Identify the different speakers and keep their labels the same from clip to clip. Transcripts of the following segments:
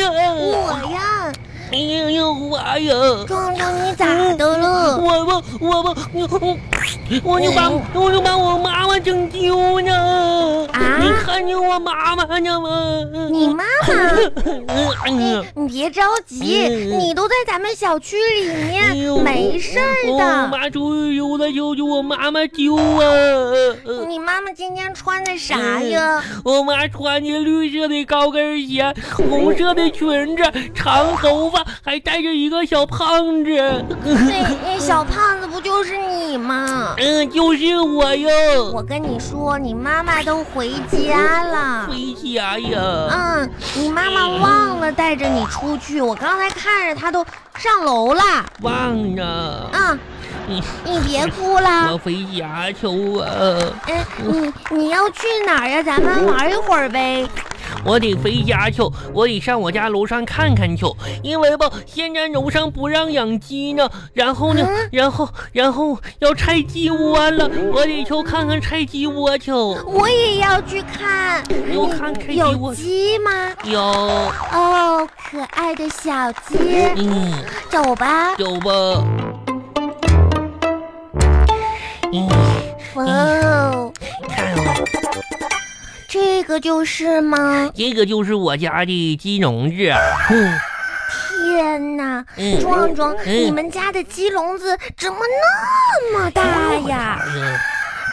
Speaker 1: 哎
Speaker 2: 我呀，
Speaker 1: 哎呀，我呀，
Speaker 2: 壮壮，你咋的了？
Speaker 1: 我我我我我我就把我就把我妈妈整丢呢。
Speaker 2: 啊
Speaker 1: 你看见我妈妈呢吗？
Speaker 2: 你妈妈？
Speaker 1: 哎呀
Speaker 2: 你别着急，
Speaker 1: 嗯
Speaker 2: 你都在咱们小区里
Speaker 1: 哎呦
Speaker 2: 面，没事
Speaker 1: 我我
Speaker 2: 儿
Speaker 1: 妈出去溜达，就就我妈妈丢啊！
Speaker 2: 的。你妈妈今天穿的
Speaker 1: 哎
Speaker 2: 啥呀？
Speaker 1: 嗯我妈穿着绿色的高跟鞋，红色的裙子，长头发，还带着一个小胖子。
Speaker 2: 那那小胖子不就是你吗？
Speaker 1: 嗯，就是我哟。
Speaker 2: 我跟你说，你妈妈都回家了。
Speaker 1: 回家呀！
Speaker 2: 嗯，你妈妈忘了带着你出去，我刚才看着她都上楼了。
Speaker 1: 忘了，
Speaker 2: 嗯，
Speaker 1: 你
Speaker 2: 你别哭了
Speaker 1: 我。回家去啊！
Speaker 2: 哎，你你要去哪儿呀？咱们玩一会儿呗。
Speaker 1: 我得回家去，我得上我家楼上看看去，因为吧，现在楼上不让养鸡呢，然后呢，
Speaker 2: 嗯
Speaker 1: 然后然后要拆鸡窝了，我得去看看拆鸡窝去。
Speaker 2: 我也要去看。
Speaker 1: 我看看鸡
Speaker 2: 有
Speaker 1: 窝
Speaker 2: 鸡吗？
Speaker 1: 有，
Speaker 2: 哦，可爱的小鸡，
Speaker 1: 嗯。
Speaker 2: 走吧。
Speaker 1: 有吧？嗯，
Speaker 2: 哇哦，
Speaker 1: 看哦，
Speaker 2: 这个就是吗？
Speaker 1: 这个就是我家的鸡笼子。嗯
Speaker 2: 天哪！
Speaker 1: 嗯
Speaker 2: 壮壮，
Speaker 1: 嗯
Speaker 2: 你们家的鸡笼子怎么那么大呀？
Speaker 1: 嗯，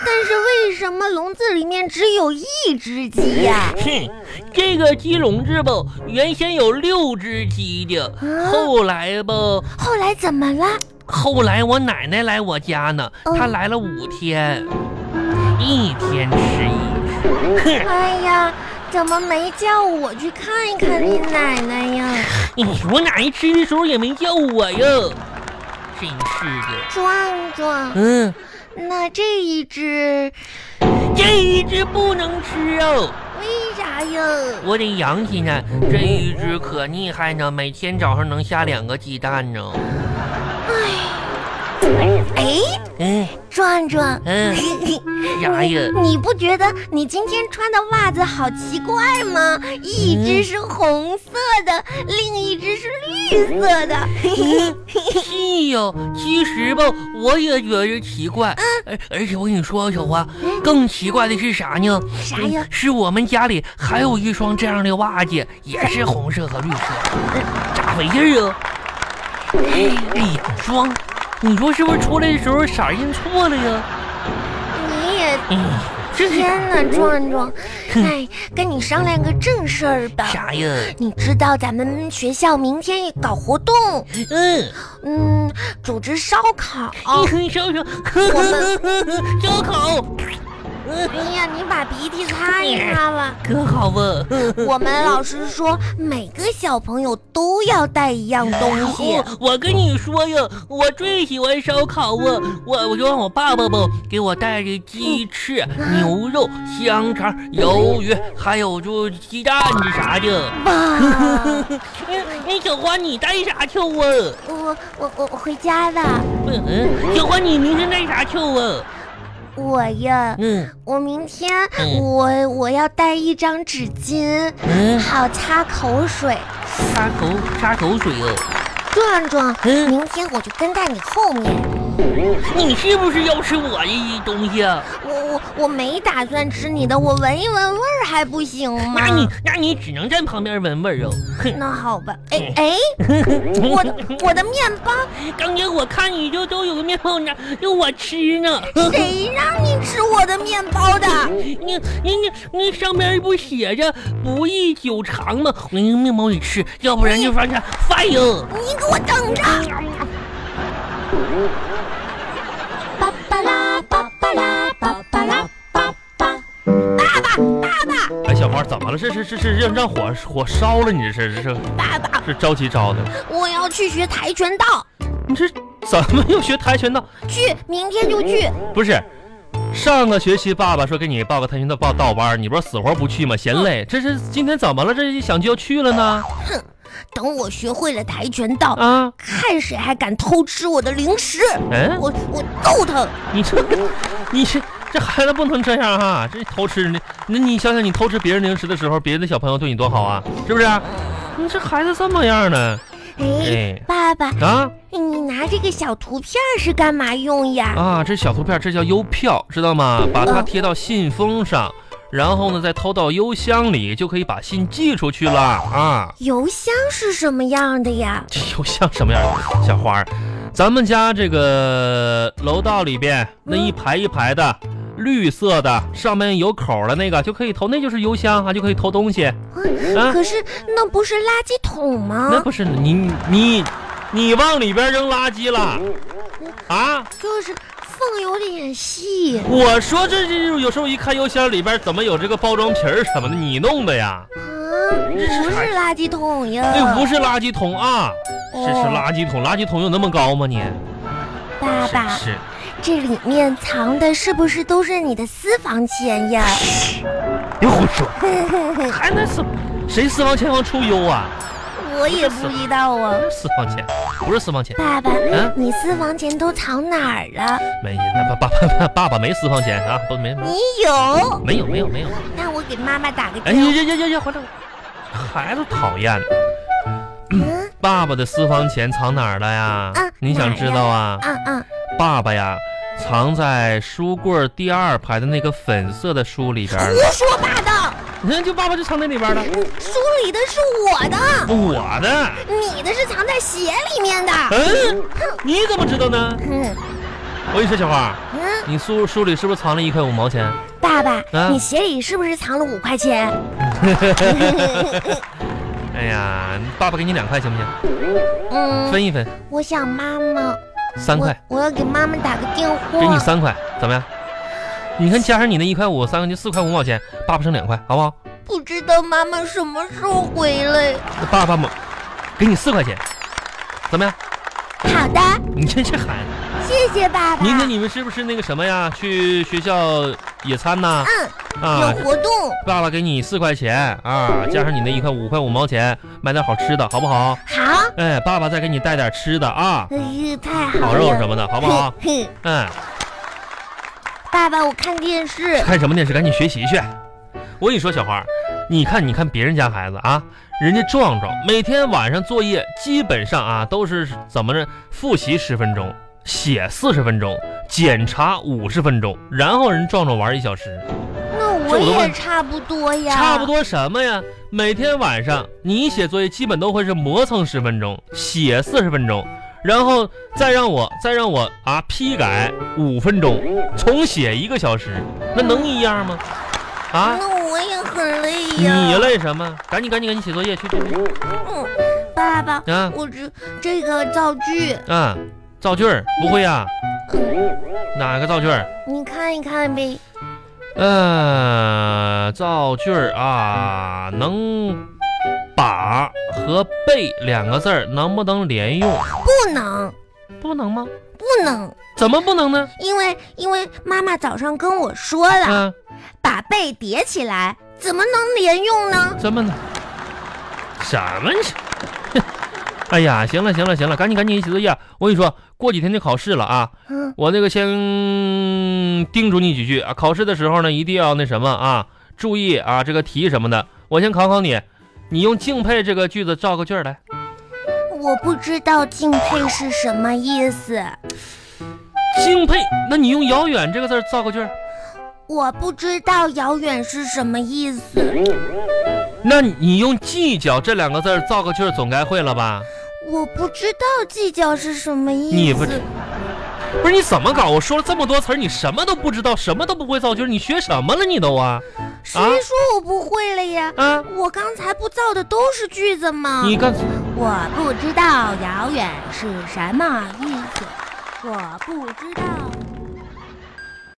Speaker 2: 但是为什么笼子里面只有一只鸡呀、
Speaker 1: 哼，这个鸡笼子吧，原先有六只鸡的，后来吧，
Speaker 2: 后来怎么了？
Speaker 1: 后来我奶奶来我家呢，
Speaker 2: 嗯
Speaker 1: 她来了五天，一天吃一只。哼，
Speaker 2: 哎呀，怎么没叫我去看一看你奶奶呀？
Speaker 1: 你哎我奶奶吃的时候也没叫我呀，真是的。
Speaker 2: 壮壮，
Speaker 1: 嗯，
Speaker 2: 那这一只
Speaker 1: 这一只不能吃哦。
Speaker 2: 为啥哎呀？
Speaker 1: 我得养起呢，这一只可厉害呢，每天早上能下两个鸡蛋呢。
Speaker 2: 哎，
Speaker 1: 嗯，
Speaker 2: 壮壮，
Speaker 1: 嗯啥呀？
Speaker 2: 你不觉得你今天穿的袜子好奇怪吗？一只是红色的，另一只是绿色的。
Speaker 1: 嗯是呀，其实吧，我也觉得奇怪。
Speaker 2: 嗯
Speaker 1: 而而且我跟你说，小花，更奇怪的是啥呢？
Speaker 2: 啥呀
Speaker 1: 嗯是我们家里还有一双这样的袜子，也是红色和绿色，咋回事啊？哎两双，你说是不是出来的时候色儿认错了呀？
Speaker 2: 你也
Speaker 1: 嗯，这是
Speaker 2: 天哪，壮壮，哎，跟你商量个正事儿吧。
Speaker 1: 嗯啥呀？
Speaker 2: 你知道咱们学校明天搞活动，
Speaker 1: 嗯。
Speaker 2: 嗯，组织烧烤。
Speaker 1: 你烧烧，
Speaker 2: 我们
Speaker 1: 烧烤，
Speaker 2: 哎呀，你把鼻涕擦一擦吧。
Speaker 1: 可好 吧？
Speaker 2: 我们老师说，每个小朋友都要带一样东西。
Speaker 1: 我哦我跟你说呀，我最喜欢烧烤啊！我我就让我爸爸吧给我带着鸡翅、牛肉、香肠、鱿鱼，还有就鸡蛋子啥的。
Speaker 2: 哇，
Speaker 1: 那小花你带啥去啊？
Speaker 2: 我我我我回家了。
Speaker 1: 嗯，小花你明天带啥去啊？
Speaker 2: 我呀，
Speaker 1: 嗯
Speaker 2: 我明天
Speaker 1: 嗯
Speaker 2: 我我要带一张纸巾，
Speaker 1: 嗯，
Speaker 2: 好擦口水。
Speaker 1: 擦口擦口水哦。
Speaker 2: 壮壮，
Speaker 1: 嗯
Speaker 2: 明天我就跟在你后面。
Speaker 1: 你是不是要吃我的东西啊？
Speaker 2: 我我我没打算吃你的，我闻一闻味儿还不行吗？
Speaker 1: 那
Speaker 3: 嗯
Speaker 1: 你那你只能在旁边闻味儿哦。哼。
Speaker 2: 那好吧，哎
Speaker 1: 嗯
Speaker 2: 哎，我的我的面包，
Speaker 1: 刚才我看你就都有个面包拿，就我吃呢。
Speaker 2: 谁让你吃我的面包的？
Speaker 1: 你你你你上面不写着不宜久长吗？我那个面包得吃，要不然就发现饭哟。
Speaker 2: 你给我等着！巴巴拉巴巴拉巴巴拉巴巴，
Speaker 3: 哎，小花怎么了？这是是是让让火火烧了你这是这是
Speaker 2: 爸爸，
Speaker 3: 是着急着的。
Speaker 2: 我要去学跆拳道，
Speaker 3: 你这怎么又学跆拳道？
Speaker 2: 去，明天就去。
Speaker 3: 不是，上个学期爸爸说给你报个跆拳道报道班，你不是死活不去吗？嫌累。这是今天怎么了？这一想就要去了呢？
Speaker 2: 等我学会了跆拳道，
Speaker 3: 啊，
Speaker 2: 看谁还敢偷吃我的零食，
Speaker 3: 嗯，
Speaker 2: 我我揍他！
Speaker 3: 你这你这这孩子不能这样哈、
Speaker 1: 啊
Speaker 3: 这偷吃呢？那你想想，你偷吃别人零食的时候，别的小朋友对你多好啊，是不是？
Speaker 1: 你这孩子这么样呢？
Speaker 2: 哎，
Speaker 1: 哎
Speaker 2: 爸爸，
Speaker 1: 啊
Speaker 2: 你拿这个小图片是干嘛用呀？
Speaker 1: 啊，这小图片这叫邮票，知道吗？把它贴到信封上，然后呢再投到邮箱里，就可以把信寄出去了啊。
Speaker 2: 邮箱是什么样的呀？
Speaker 1: 这 邮箱什么样儿？小花儿，咱们家这个楼道里边那一排一排的。绿色的，上面有口儿的那个就可以投，那就是邮箱啊，就可以投东西。啊
Speaker 2: 可是那不是垃圾桶
Speaker 1: 那
Speaker 2: 吗？
Speaker 1: 不是你你你往里边扔垃圾了啊？
Speaker 2: 就是缝有点细啊
Speaker 1: 我说这这有时候一看邮箱里边怎么有这个包装皮儿什么的，你弄的呀？
Speaker 2: 啊，不是垃圾桶呀。
Speaker 1: 那不是垃圾桶啊，这是垃圾桶，垃圾桶有那么高吗你？
Speaker 2: 爸
Speaker 1: 是
Speaker 2: 爸，
Speaker 1: 是，
Speaker 2: 这里面藏的是不是都是你的私房钱呀？
Speaker 1: 别胡说，还能是谁私房钱往出邮啊？
Speaker 2: 我也不知道啊。
Speaker 1: 私房钱不是私房钱，
Speaker 2: 爸爸，
Speaker 1: 嗯
Speaker 2: 你私房钱都藏哪儿了？
Speaker 1: 没那爸爸爸爸爸没私房钱啊，不没
Speaker 2: 你有？
Speaker 1: 没有没有没有。
Speaker 2: 那我给妈妈打个
Speaker 1: 哎
Speaker 2: 电
Speaker 1: 呀
Speaker 2: 话。
Speaker 1: 呀呀呀呀，回来！孩子讨厌。
Speaker 2: 嗯
Speaker 1: 爸爸的私房钱藏哪儿了呀？
Speaker 2: 啊
Speaker 1: 你想知道啊？
Speaker 2: 嗯嗯，
Speaker 1: 爸爸呀，藏在书柜儿第二排的那个粉色的书里边儿
Speaker 2: 胡
Speaker 1: 了。
Speaker 2: 说八道！
Speaker 1: 你看，就爸爸就藏那里边儿了。
Speaker 2: 书里的是我的，
Speaker 1: 我的，
Speaker 2: 你的是藏在鞋里面的。
Speaker 1: 嗯，你怎么知道呢？
Speaker 2: 嗯
Speaker 1: 我跟你说，小花，
Speaker 2: 嗯，
Speaker 1: 你书书里是不是藏了一块五毛钱？
Speaker 2: 爸爸，
Speaker 1: 啊
Speaker 2: 你鞋里是不是藏了五 块钱？
Speaker 1: 哎呀，爸爸给你两块行不行？
Speaker 2: 嗯，
Speaker 1: 分一分，
Speaker 2: 我想妈妈。
Speaker 1: 三块，
Speaker 2: 我我要给妈妈打个电话。
Speaker 1: 给你三块，怎么样？你看，加上你那一块五，三块就四块五毛钱，爸爸剩两块，好不好？
Speaker 2: 不知道妈妈什么时候回来。
Speaker 1: 那爸爸们，给你四块钱，怎么样？
Speaker 2: 好的，
Speaker 1: 你这这孩子。
Speaker 2: 谢谢爸爸。
Speaker 1: 明天你们是不是那个什么呀？去学校野餐呐？
Speaker 2: 嗯
Speaker 1: 啊
Speaker 2: 有，活动，
Speaker 1: 爸爸给你四块钱啊，加上你那一块五块五毛钱，买点好吃的好不好？
Speaker 2: 好。
Speaker 1: 哎，爸爸再给你带点吃的啊，
Speaker 2: 哎呦，太好了。
Speaker 1: 烤肉什么的好不好？
Speaker 2: 哼，
Speaker 1: 嗯，
Speaker 2: 爸爸，我看 电视。
Speaker 1: 看什么电视？赶紧学习去。我跟你说，小花儿，你看，你看别人家孩子啊，人家壮壮每天晚上作业基本上啊都是怎么着，复习十分钟，写四十分钟，检查五十分钟，然后人壮壮玩一小时。
Speaker 2: 那我
Speaker 1: 这我都
Speaker 2: 也
Speaker 1: 问
Speaker 2: 差不多呀。
Speaker 1: 差不。多什么呀？每天晚上你写作业基本都会是磨蹭十分钟，写四十分钟，然后再让我再让我啊批改五分钟，重写一个小时，那能一样吗？啊，
Speaker 2: 那我也很累哎呀。
Speaker 1: 你累什么？赶紧赶紧赶紧写作业去去去
Speaker 2: 嗯，爸爸，
Speaker 1: 啊
Speaker 2: 我这这个造句，嗯
Speaker 1: 啊！造句儿不会呀、哪个造句儿？
Speaker 2: 你看一看呗。
Speaker 1: 呃，造句儿啊，能把和被两个字儿能不能连用？
Speaker 2: 不能，
Speaker 1: 不能吗？
Speaker 2: 不能，
Speaker 1: 怎么不能呢？
Speaker 2: 因为因为妈妈早上跟我说了，
Speaker 1: 啊，
Speaker 2: 把被叠起来，怎么能连用呢？
Speaker 1: 怎么呢？什么 你？哎呀，行了行了行了，赶紧赶紧写作业。我跟你说，过几天就考试了啊！
Speaker 2: 嗯，
Speaker 1: 我那个先叮嘱你几句啊，考试的时候呢，一定要那什么啊，注意啊这个题什么的。我先考考你，你用敬佩这个句子造个句儿来。
Speaker 2: 我不知道敬佩是什么意思，
Speaker 1: 敬佩，那你用遥远这个字儿造个句儿。
Speaker 2: 我不知道遥远是什么意思，
Speaker 1: 那你用计较这两个字儿造个句儿，总该会了吧？
Speaker 2: 我不知道计较是什么意思。
Speaker 1: 你不知不是你怎么搞？我说了这么多词儿，你什么都不知道，什么都不会造句儿，你学什么了你都啊
Speaker 2: 谁
Speaker 1: 啊
Speaker 2: 说我不会了呀？
Speaker 1: 啊！
Speaker 2: 我刚才不造的都是句子吗？
Speaker 1: 你干
Speaker 2: 我不知道遥远是什么意思，我不知道。